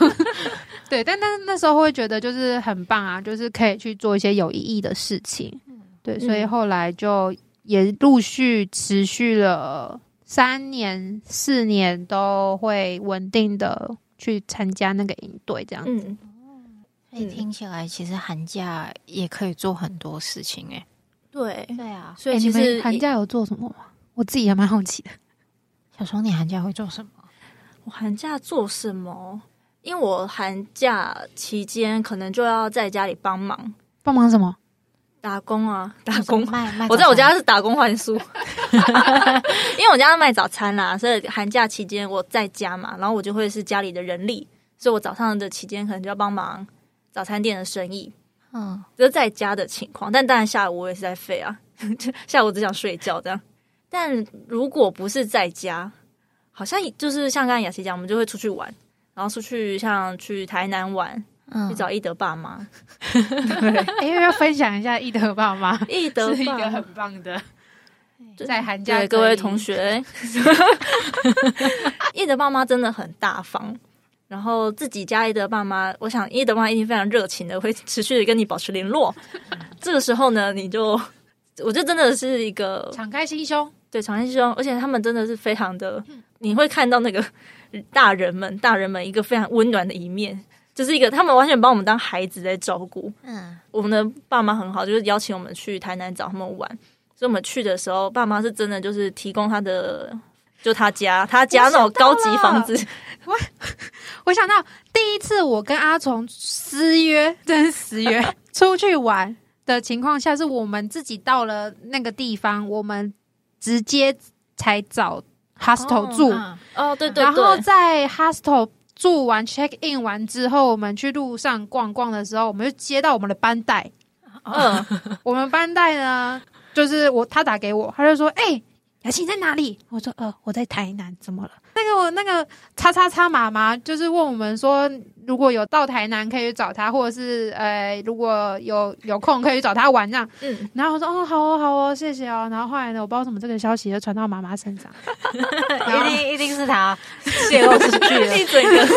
[SPEAKER 3] 对，但但那时候会觉得就是很棒啊，就是可以去做一些有意义的事情，
[SPEAKER 1] 嗯
[SPEAKER 3] 对，所以后来就也陆续持续了三年四年，都会稳定的去参加那个营队这样。
[SPEAKER 1] 嗯，
[SPEAKER 2] 所以哎听起来其实寒假也可以做很多事情哎、
[SPEAKER 1] 对，
[SPEAKER 2] 对啊，
[SPEAKER 1] 所以
[SPEAKER 3] 诶
[SPEAKER 1] 其
[SPEAKER 3] 哎你
[SPEAKER 1] 实
[SPEAKER 3] 们寒假有做什么吗？我自己也蛮好奇的。
[SPEAKER 2] 小时候你寒假会做 什么？
[SPEAKER 1] 我寒假做什么？因为我寒假期间可能就要在家里帮忙
[SPEAKER 3] 帮忙什么？
[SPEAKER 1] 打工啊，打工。
[SPEAKER 2] 卖卖，
[SPEAKER 1] 我在我家是打工换宿， 啊因为我家卖早餐啦，所以寒假期间我在家嘛，然后我就会是家里的人力，所以我早上的期间可能就要帮忙早餐店的生意，
[SPEAKER 2] 嗯，
[SPEAKER 1] 这是在家的情况。但当然下午我也是在废啊，下午只想睡觉这样。但如果不是在家，好像就是像刚才雅琪讲，我们就会出去玩，然后出去像去台南玩，
[SPEAKER 2] 嗯
[SPEAKER 1] 去找一德爸妈，
[SPEAKER 3] 哎因为要分享一下一德爸妈，
[SPEAKER 1] 一德
[SPEAKER 3] 是一
[SPEAKER 1] 爸
[SPEAKER 3] 个
[SPEAKER 1] 妈
[SPEAKER 3] 很棒的，在寒假
[SPEAKER 1] 对各位
[SPEAKER 3] 可以
[SPEAKER 1] 同，学， 一德爸妈真的很大方。然后自己家一德爸妈，我想一德爸妈一定非常热情的，会持续的跟你保持联络。这个时候呢，你就，我觉得真的是一个
[SPEAKER 3] 敞开心胸，
[SPEAKER 1] 对长线兄，而且他们真的是非常的，你会看到那个 大人们，大人们一个非常温暖的一面，就是一个他们完全把我们当孩子在照顾。
[SPEAKER 2] 嗯，
[SPEAKER 1] 我们的爸妈很好，就是邀请我们去台南找他们玩。所以我们去的时候，爸妈是真的就是提供他的，就他家他家那种高级房子，
[SPEAKER 3] 我想到第一次我跟阿虫私约， 真是 私约出去玩的情况下，是我们自己到了那个地方，我们直接才找 hostel 住，
[SPEAKER 2] 嗯
[SPEAKER 1] 哦，对对
[SPEAKER 3] 然后
[SPEAKER 1] 对，
[SPEAKER 3] 在 hostel 住完 check in 完之后，我们去路上逛逛的时候，我们就接到我们的班带，哦
[SPEAKER 1] 嗯，
[SPEAKER 3] 我们班带呢，就是我他打给我，他就说：“哎、雅琪你在哪里？”我说：“呃，我在台南，怎么了？”那个我那个叉叉叉妈妈就是问我们说，如果有到台南可以去找他，或者是呃如果有有空可以去找他玩这样。
[SPEAKER 1] 嗯，
[SPEAKER 3] 然后我说：“哦，好哦，好哦，谢谢哦。”然后后来呢，我不知道为什么这个消息就传到妈妈身上， 然 后
[SPEAKER 2] 一定一定是 他泄露出去了，
[SPEAKER 1] 一整 个，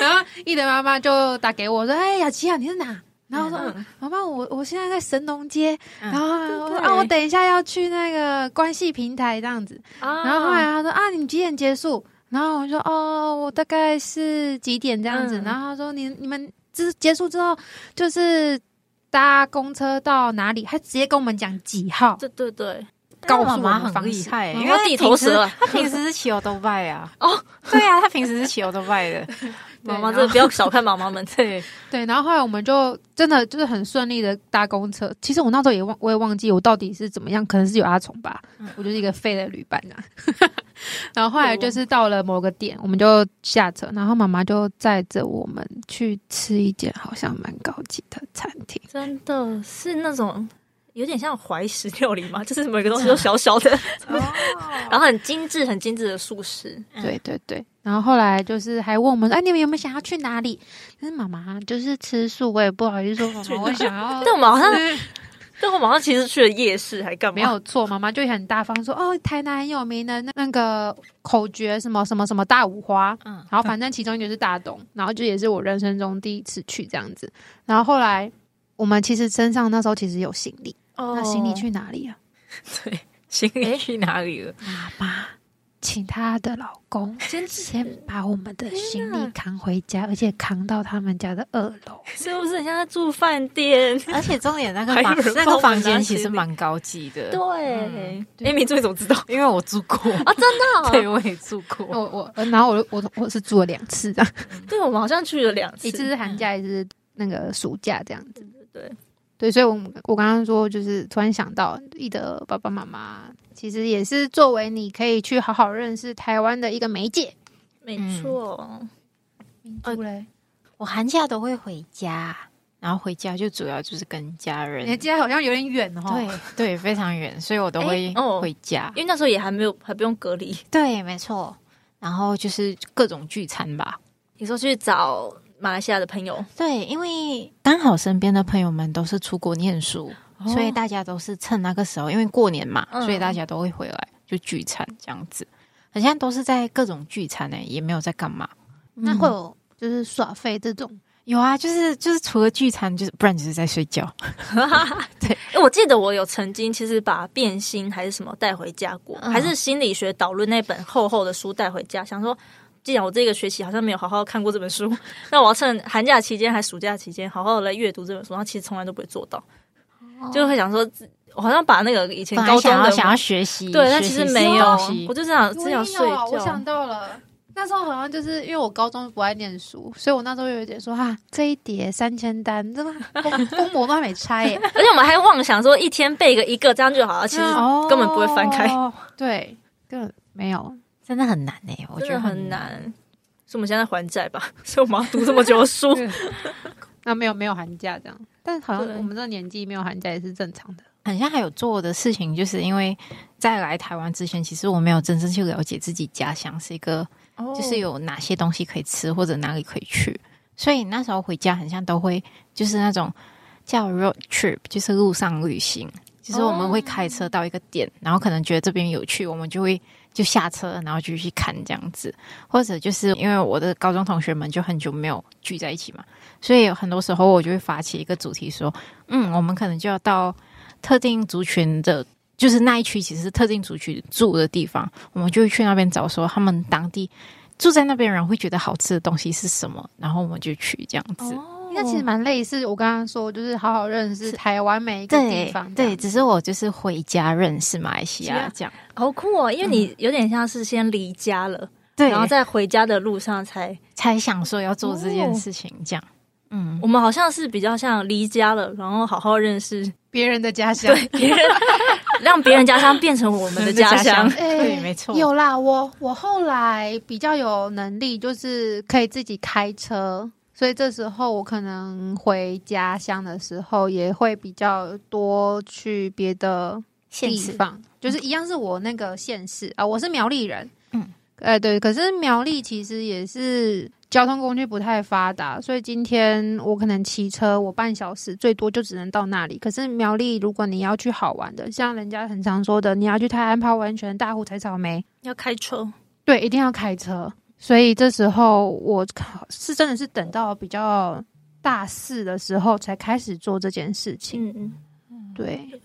[SPEAKER 3] 然后一德妈妈就打给我说：“哎、雅琪啊，你在哪？”然后我说：“哦
[SPEAKER 1] 嗯
[SPEAKER 3] 妈妈，我我现在在神农街，
[SPEAKER 2] 嗯
[SPEAKER 3] 然后我说
[SPEAKER 1] 对
[SPEAKER 3] 啊，我等一下要去那个关系平台这样子。然后后来
[SPEAKER 1] 啊，
[SPEAKER 3] 他说啊，你几点结束？然后我说哦，我大概是几点这样子。
[SPEAKER 1] 嗯
[SPEAKER 3] 然后他说你你们之结束之后就是搭公车到哪里？他直接跟我们讲几号，
[SPEAKER 1] 对对对，
[SPEAKER 3] 告诉
[SPEAKER 2] 妈
[SPEAKER 3] 我们
[SPEAKER 2] 妈
[SPEAKER 3] 方
[SPEAKER 2] 很厉
[SPEAKER 3] 式
[SPEAKER 2] 害，
[SPEAKER 1] 妈
[SPEAKER 2] 因
[SPEAKER 1] 妈
[SPEAKER 2] 为
[SPEAKER 1] 地头蛇啊
[SPEAKER 2] 他 平时是骑欧都拜啊。
[SPEAKER 1] 哦，
[SPEAKER 2] 对啊，他平时是骑欧都拜的。
[SPEAKER 1] 妈妈
[SPEAKER 3] 对然后
[SPEAKER 1] 真的不要小看妈 妈们，
[SPEAKER 2] 对，
[SPEAKER 3] 对。然后后来我们就真的就是很顺利的搭公车。其实我那时候也忘，我也忘记我到底是怎么样，可能是有阿虫吧，我就是一个废的旅伴啊。然后后来就是到了某个点，我们就下车，然后妈妈就载着我们去吃一间好像蛮高级的餐厅。
[SPEAKER 1] 真的是那种有点像怀石料理 嘛，就是每个东西都小小的，
[SPEAKER 3] 哦
[SPEAKER 1] 然后很精致、很精致的素食，。
[SPEAKER 2] 嗯
[SPEAKER 3] 对对对，然后后来就是还问我们说，哎、你们有没有想要去哪里？但是妈妈就是吃素，我也不好意思说妈妈，我想要
[SPEAKER 1] 但我们好像，
[SPEAKER 3] 嗯
[SPEAKER 1] 但我们好像其实去了夜市还干嘛？
[SPEAKER 3] 没有错，妈妈就很大方说，哦，台南很有名的那那个口诀什么什么什么大五花，
[SPEAKER 2] 嗯
[SPEAKER 3] 然后反正其中一个是大董，然后就也是我人生中第一次去这样子。然后后来我们其实身上那时候其实有行李，
[SPEAKER 1] 哦，
[SPEAKER 3] 那行李去哪里啊？
[SPEAKER 2] 对， 行李去哪里了？
[SPEAKER 3] 妈妈请她的老公
[SPEAKER 1] 先
[SPEAKER 3] 先把我们的行
[SPEAKER 1] 哪
[SPEAKER 3] 李扛回家，而且扛到他们家的二楼。
[SPEAKER 1] 是不是很像在住饭店？
[SPEAKER 2] 而且重点那个
[SPEAKER 1] 还有
[SPEAKER 2] 房
[SPEAKER 1] 人
[SPEAKER 2] 那
[SPEAKER 1] 帮我们
[SPEAKER 2] 个房
[SPEAKER 1] 拿
[SPEAKER 2] 间
[SPEAKER 1] 行
[SPEAKER 2] 其实
[SPEAKER 1] 李
[SPEAKER 2] 蛮高级的，
[SPEAKER 1] 对
[SPEAKER 3] 嗯对哦
[SPEAKER 1] ，Amy 最怎么知道？
[SPEAKER 2] 因为我住 过啊，真 的，对我也住过。
[SPEAKER 3] 我我呃然后我我我是住了两次的，
[SPEAKER 1] 对，我们好像去了两次，
[SPEAKER 3] 一次是嗯寒假，一次是那个暑假这样子。
[SPEAKER 1] 对
[SPEAKER 3] 对，所以我们我刚刚说，就是突然想到，易德爸爸妈妈其实也是作为你可以去好好认识台湾的一个媒介。
[SPEAKER 1] 没错。
[SPEAKER 3] 对不嘞，
[SPEAKER 2] 我寒假都会回家，然后回家就主要就是跟家
[SPEAKER 3] 你的
[SPEAKER 2] 人，
[SPEAKER 3] 哎家好像有点远哦。
[SPEAKER 2] 对对，非常远，所以我都会
[SPEAKER 1] 哎哦
[SPEAKER 2] 回家
[SPEAKER 1] 因。为那时候也还没有，还不用隔离。
[SPEAKER 2] 对，没错。然后就是各种聚餐吧，
[SPEAKER 1] 你说去找马来西亚的朋友，
[SPEAKER 2] 对，因为哦刚好身边的朋友们都是出国念书，所以大家都是趁那个时候，因为过年嘛，
[SPEAKER 1] 嗯
[SPEAKER 2] 所以大家都会回来就聚餐这样子。好像都是在各种聚餐呢、也没有在干嘛。
[SPEAKER 3] 那会有就是耍废这种，
[SPEAKER 2] 有啊，就是就是除了聚餐，就是不然就是在睡觉。
[SPEAKER 1] 哎，我记得我有曾经其实把变心还是什么带回家过，
[SPEAKER 2] 嗯
[SPEAKER 1] 还是心理学导论那本厚厚的书带回家，想说。既然我这个学期好像没有好好看过这本书， 那我要趁寒假期间还暑假期间好好的阅读这本书。然后其实从来都不会做到，就会想说自，我好像把那个以前
[SPEAKER 2] 哦本来
[SPEAKER 1] 高中
[SPEAKER 2] 想
[SPEAKER 1] 的
[SPEAKER 2] 要想要学习，
[SPEAKER 1] 对，但
[SPEAKER 2] 学
[SPEAKER 1] 其
[SPEAKER 2] 习
[SPEAKER 1] 实
[SPEAKER 2] 什么
[SPEAKER 1] 没有
[SPEAKER 2] 东西，
[SPEAKER 1] 我就只想只想呃睡觉。
[SPEAKER 3] 啊我想到了，那时候好像就是因为我高中不爱念书，所以我那时候有一点说啊，这一叠三千单，这么 封封膜都还没拆耶，
[SPEAKER 1] 而且我们还妄想说一天背个一个这样就好了，其实
[SPEAKER 2] 哦
[SPEAKER 1] 根本不会翻开，
[SPEAKER 2] 哦
[SPEAKER 3] 对，根本没有。
[SPEAKER 2] 真的很难哎、我觉
[SPEAKER 1] 真
[SPEAKER 2] 得
[SPEAKER 1] 的
[SPEAKER 2] 很
[SPEAKER 1] 很
[SPEAKER 2] 难。
[SPEAKER 1] 难。所以我们现在在还债吧， 所以我们要读这么久的书。
[SPEAKER 3] 啊，没有没有寒假这样，但好像
[SPEAKER 1] 对
[SPEAKER 3] 我们这个年纪没有寒假也是正常的。
[SPEAKER 2] 很像还有做的事情，就是因为在来台湾之前，其实我没有真正去了解自己家乡是一个，
[SPEAKER 1] 哦
[SPEAKER 2] 就是有哪些东西可以吃，或者哪里可以去。所以那时候回家，很像都会就是那种叫 road trip，就是路上旅行。就是我们会开车到一个点，然后可能觉得这边有趣，我们就会就下车，然后就去看这样子。或者就是因为我的高中同学们就很久没有聚在一起嘛，所以很多时候我就会发起一个主题说，嗯，我们可能就要到特定族群的，就是那一区其实是特定族群住的地方，我们就会去那边找说他们当地住在那边人会觉得好吃的东西是什么，然后我们就去这样子。
[SPEAKER 1] 哦
[SPEAKER 3] 那其实蛮类似，我刚刚说就是好好认识
[SPEAKER 2] 是
[SPEAKER 3] 台湾每一个地
[SPEAKER 2] 对
[SPEAKER 3] 方这样。
[SPEAKER 2] 对，只是我就是回家认识马来西亚这样，
[SPEAKER 1] 好酷哦，因为你有点像是先离家了，
[SPEAKER 2] 对，
[SPEAKER 1] 然后在回家的路上才，
[SPEAKER 2] 才想说要做这件事情这样。嗯，
[SPEAKER 1] 我们好像是比较像离家了，然后好好认识
[SPEAKER 3] 别人的家乡，
[SPEAKER 1] 别 人，让别人家乡变成我们的家乡。
[SPEAKER 3] 哎
[SPEAKER 2] 对没错
[SPEAKER 3] 有啦。我我后来比较有能力，就是可以自己开车，所以这时候我可能回家乡的时候，也会比较多去别的地方，就是一样是我那个县市啊、我是苗栗人，嗯
[SPEAKER 2] 嗯，
[SPEAKER 3] 哎对，可是苗栗其实也是交通工具不太发达，所以今天我可能骑车我半小时最多就只能到那里。可是苗栗如果你要去好玩的，像人家很常说的，你要去泰安泡温泉、大湖采草莓，
[SPEAKER 1] 要开车，
[SPEAKER 3] 对，一定要开车。所以这时候我靠是真的是等到比较大四的时候才开始做这件事情，
[SPEAKER 1] 嗯嗯。
[SPEAKER 3] 对。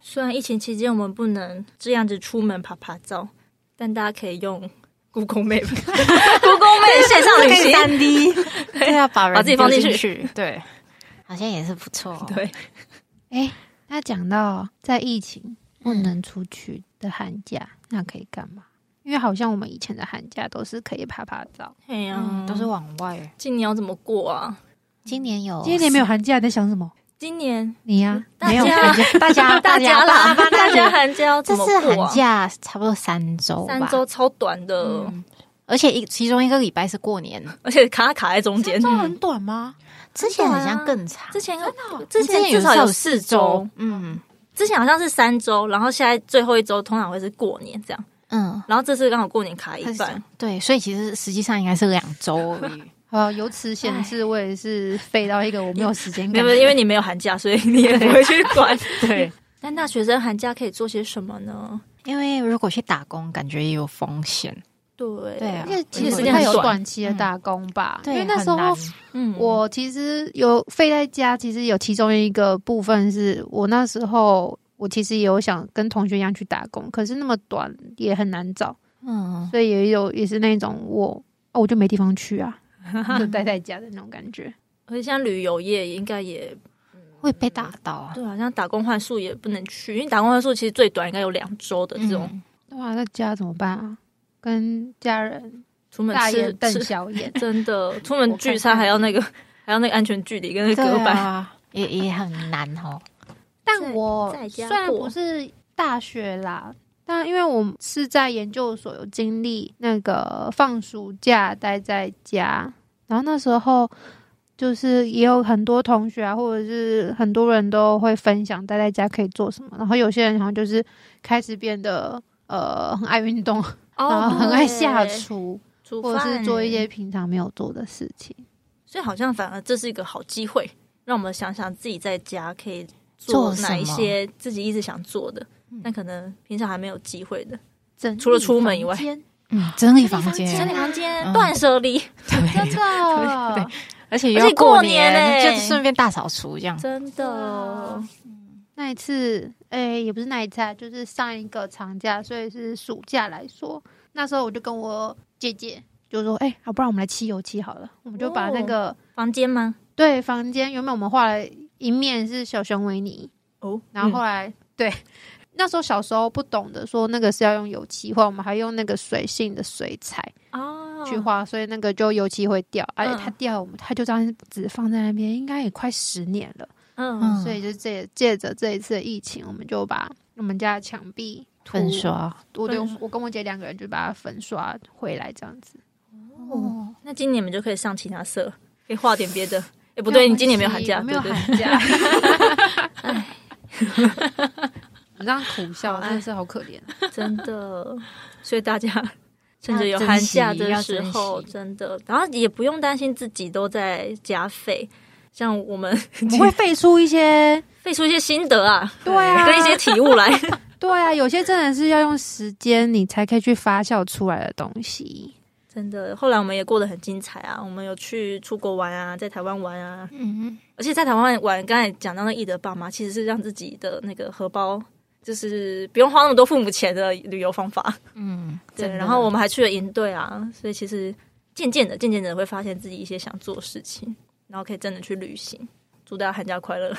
[SPEAKER 1] 虽然疫情期间我们不能这样子出门爬爬照，但大家可以用 Google Map，Google Map 线上旅行。
[SPEAKER 2] 三 D，对啊，把人
[SPEAKER 1] 把自己放进
[SPEAKER 2] 丢进
[SPEAKER 1] 去
[SPEAKER 2] 去，对，好像也是不 错哦。
[SPEAKER 1] 对，
[SPEAKER 3] 哎，那讲到在疫情不
[SPEAKER 2] 嗯
[SPEAKER 3] 能出去的寒假，那可以干嘛？因为好像我们以前的寒假都是可以拍拍照，
[SPEAKER 1] 哎呀、
[SPEAKER 2] 嗯，都是往外。
[SPEAKER 1] 今年要怎么过啊？
[SPEAKER 2] 今年有，
[SPEAKER 3] 今年没有寒假，你在想什么？
[SPEAKER 1] 今年
[SPEAKER 3] 你呀、
[SPEAKER 1] 大
[SPEAKER 2] 没有
[SPEAKER 1] 家
[SPEAKER 2] 寒假，哦大 家
[SPEAKER 1] 大家啦，
[SPEAKER 2] 大
[SPEAKER 1] 大家
[SPEAKER 2] 家
[SPEAKER 1] 寒假要怎
[SPEAKER 2] 这
[SPEAKER 1] 么
[SPEAKER 2] 次
[SPEAKER 1] 过啊
[SPEAKER 2] 寒？假差不多三周吧，
[SPEAKER 1] 三周超短的，
[SPEAKER 2] 嗯而且一其中一个礼拜是过年，
[SPEAKER 1] 而且卡卡在中间。
[SPEAKER 3] 很短吗？
[SPEAKER 2] 之前好像更长，
[SPEAKER 1] 之前哦之
[SPEAKER 2] 之
[SPEAKER 1] 前至
[SPEAKER 2] 有
[SPEAKER 1] 少
[SPEAKER 2] 时候有
[SPEAKER 1] 四
[SPEAKER 2] 周
[SPEAKER 1] 周，，
[SPEAKER 2] 嗯
[SPEAKER 1] 之前好像是三周，然后现在最后一周通常会是过年这样，
[SPEAKER 2] 嗯，
[SPEAKER 1] 然后这次刚好过年卡一半，
[SPEAKER 2] 对，所以其实实际上应该是两周而 已。
[SPEAKER 3] 呃，由此显示，我也是废到一个我没有时间
[SPEAKER 1] 哎没
[SPEAKER 3] 感
[SPEAKER 1] 有，
[SPEAKER 3] 的人。
[SPEAKER 1] 因为你没有寒假，所以你也不会去管。
[SPEAKER 2] 对，
[SPEAKER 1] 但大学生寒假可以做些什么呢？
[SPEAKER 2] 因为如果去打工，感觉也有风险。
[SPEAKER 1] 对
[SPEAKER 2] 对啊
[SPEAKER 3] 而且其
[SPEAKER 1] 而且
[SPEAKER 3] 实
[SPEAKER 1] 时
[SPEAKER 3] 不
[SPEAKER 1] 间
[SPEAKER 3] 太
[SPEAKER 1] 很
[SPEAKER 3] 有
[SPEAKER 1] 短
[SPEAKER 3] 短期的打工吧，因为那时候
[SPEAKER 2] 很难
[SPEAKER 1] 嗯，
[SPEAKER 3] 我其实有废在家，其实有其中一个部分是我那时候我其实也有想跟同学一样去打工，可是那么短也很难找，
[SPEAKER 2] 嗯，
[SPEAKER 3] 所以也有也是那种我哦我就没地方去啊， 就待在家的那种感觉。
[SPEAKER 1] 而且像旅游业应该也
[SPEAKER 2] 会被打到啊。
[SPEAKER 1] 对啊，像打工换宿也不能去，因为打工换宿其实最短应该有两周的这种
[SPEAKER 2] 嗯
[SPEAKER 3] 对啊，在家怎么办啊？跟家人
[SPEAKER 1] 出门
[SPEAKER 3] 大
[SPEAKER 1] 吃
[SPEAKER 3] 眼瞪
[SPEAKER 1] 吃，，
[SPEAKER 3] 小眼
[SPEAKER 1] 真的出
[SPEAKER 3] 我
[SPEAKER 1] 门
[SPEAKER 3] 看
[SPEAKER 1] 聚餐
[SPEAKER 3] 看
[SPEAKER 1] 还要那个 还要那个安全距离跟那个
[SPEAKER 2] 对
[SPEAKER 1] 隔板，
[SPEAKER 2] 啊，也也很难哦。
[SPEAKER 3] 但我
[SPEAKER 1] 在
[SPEAKER 3] 虽
[SPEAKER 1] 家
[SPEAKER 3] 然
[SPEAKER 1] 过
[SPEAKER 3] 不是大学啦，但因为我是在研究所有经历那个放暑假待在家，然后那时候就是也有很多同学啊，或者是很多人都会分享待在家可以做什么，然后有些人好像就是开始变得呃很爱运动，然后很爱下
[SPEAKER 1] 哦对
[SPEAKER 3] 厨，
[SPEAKER 1] 煮
[SPEAKER 3] 或者是
[SPEAKER 1] 饭
[SPEAKER 3] 做一些平常没有做的事情。
[SPEAKER 1] 所以好像反而这是一个好机会，让我们想想自己在家可以
[SPEAKER 2] 做
[SPEAKER 1] 做哪一
[SPEAKER 2] 什么
[SPEAKER 1] 些自己一直想做的，
[SPEAKER 3] 嗯
[SPEAKER 1] 但可能平常还没有机会的。
[SPEAKER 3] 整
[SPEAKER 1] 除了
[SPEAKER 3] 理
[SPEAKER 1] 出门以
[SPEAKER 3] 嗯房
[SPEAKER 1] 外
[SPEAKER 3] 间
[SPEAKER 2] 嗯，整理房
[SPEAKER 1] 整
[SPEAKER 2] 间
[SPEAKER 1] 理，房间
[SPEAKER 2] 嗯
[SPEAKER 1] 断舍离，
[SPEAKER 3] 真
[SPEAKER 2] 对，
[SPEAKER 3] 的
[SPEAKER 2] 对而且
[SPEAKER 1] 而
[SPEAKER 2] 又
[SPEAKER 1] 且
[SPEAKER 2] 要
[SPEAKER 1] 过
[SPEAKER 2] 过
[SPEAKER 1] 年
[SPEAKER 2] 年，
[SPEAKER 1] 欸
[SPEAKER 2] 就顺便大扫除这 样。
[SPEAKER 1] 真的
[SPEAKER 3] 哇。那一次，诶、也不是那一次啊，就是上一个长假，所以是暑假来说，那时候我就跟我姐姐就说，诶、要、不然我们来漆油漆好了，我们就
[SPEAKER 1] 哦
[SPEAKER 3] 把那个、
[SPEAKER 1] 房间吗？
[SPEAKER 3] 对房间原本我们画了一面是小熊维尼，
[SPEAKER 1] 哦，
[SPEAKER 3] 然后后来、对。那时候小时候不懂得说那个是要用油漆画，我们还用那个水性的水彩
[SPEAKER 1] 哦，
[SPEAKER 3] 去画，所以那个就油漆会掉，而且
[SPEAKER 1] 嗯
[SPEAKER 3] 它掉，我们它就这样子放在那边，应该也快十年了。
[SPEAKER 1] 嗯，
[SPEAKER 2] 嗯，
[SPEAKER 3] 所以就借借着这一次的疫情，我们就把我们家的墙壁涂
[SPEAKER 2] 粉，刷，
[SPEAKER 3] 我就
[SPEAKER 1] 粉刷
[SPEAKER 3] 我跟我姐两个人就把它粉刷回来这样子。
[SPEAKER 2] 哦，
[SPEAKER 1] 那今年你们就可以上其他社，可以画点别的。哎，不对，你今年没有寒假，
[SPEAKER 2] 没有
[SPEAKER 1] 对对
[SPEAKER 2] 寒假，
[SPEAKER 3] 你这样苦笑真的是好啊可怜。
[SPEAKER 1] 真的，所以 大家趁着有
[SPEAKER 2] 要珍
[SPEAKER 1] 寒假
[SPEAKER 2] 惜
[SPEAKER 1] 的
[SPEAKER 2] 要
[SPEAKER 1] 时
[SPEAKER 2] 珍
[SPEAKER 1] 候，
[SPEAKER 2] 惜
[SPEAKER 1] 真的，然后也不用担心自己都在加费，像我们
[SPEAKER 3] 我们会背出一些，
[SPEAKER 1] 费出一些心得 啊，
[SPEAKER 3] 对啊，
[SPEAKER 1] 跟一些体悟来。
[SPEAKER 3] 对啊，有些真的是要用时间你才可以去发酵出来的东西。
[SPEAKER 1] 真的，后来我们也过得很精彩啊！我们有去出国玩啊，在台湾玩啊，
[SPEAKER 2] 嗯，
[SPEAKER 1] 而且在台湾玩，刚才讲到那易德爸妈，其实是让自己的那个荷包就是不用花那么多父母钱的旅游方法。
[SPEAKER 2] 嗯，
[SPEAKER 1] 对，
[SPEAKER 2] 真的
[SPEAKER 1] 然后我们还去了营队啊，所以其实渐渐的、渐渐的会发现自己一些想做的事情，然后可以真的去旅行。祝大家寒假快乐！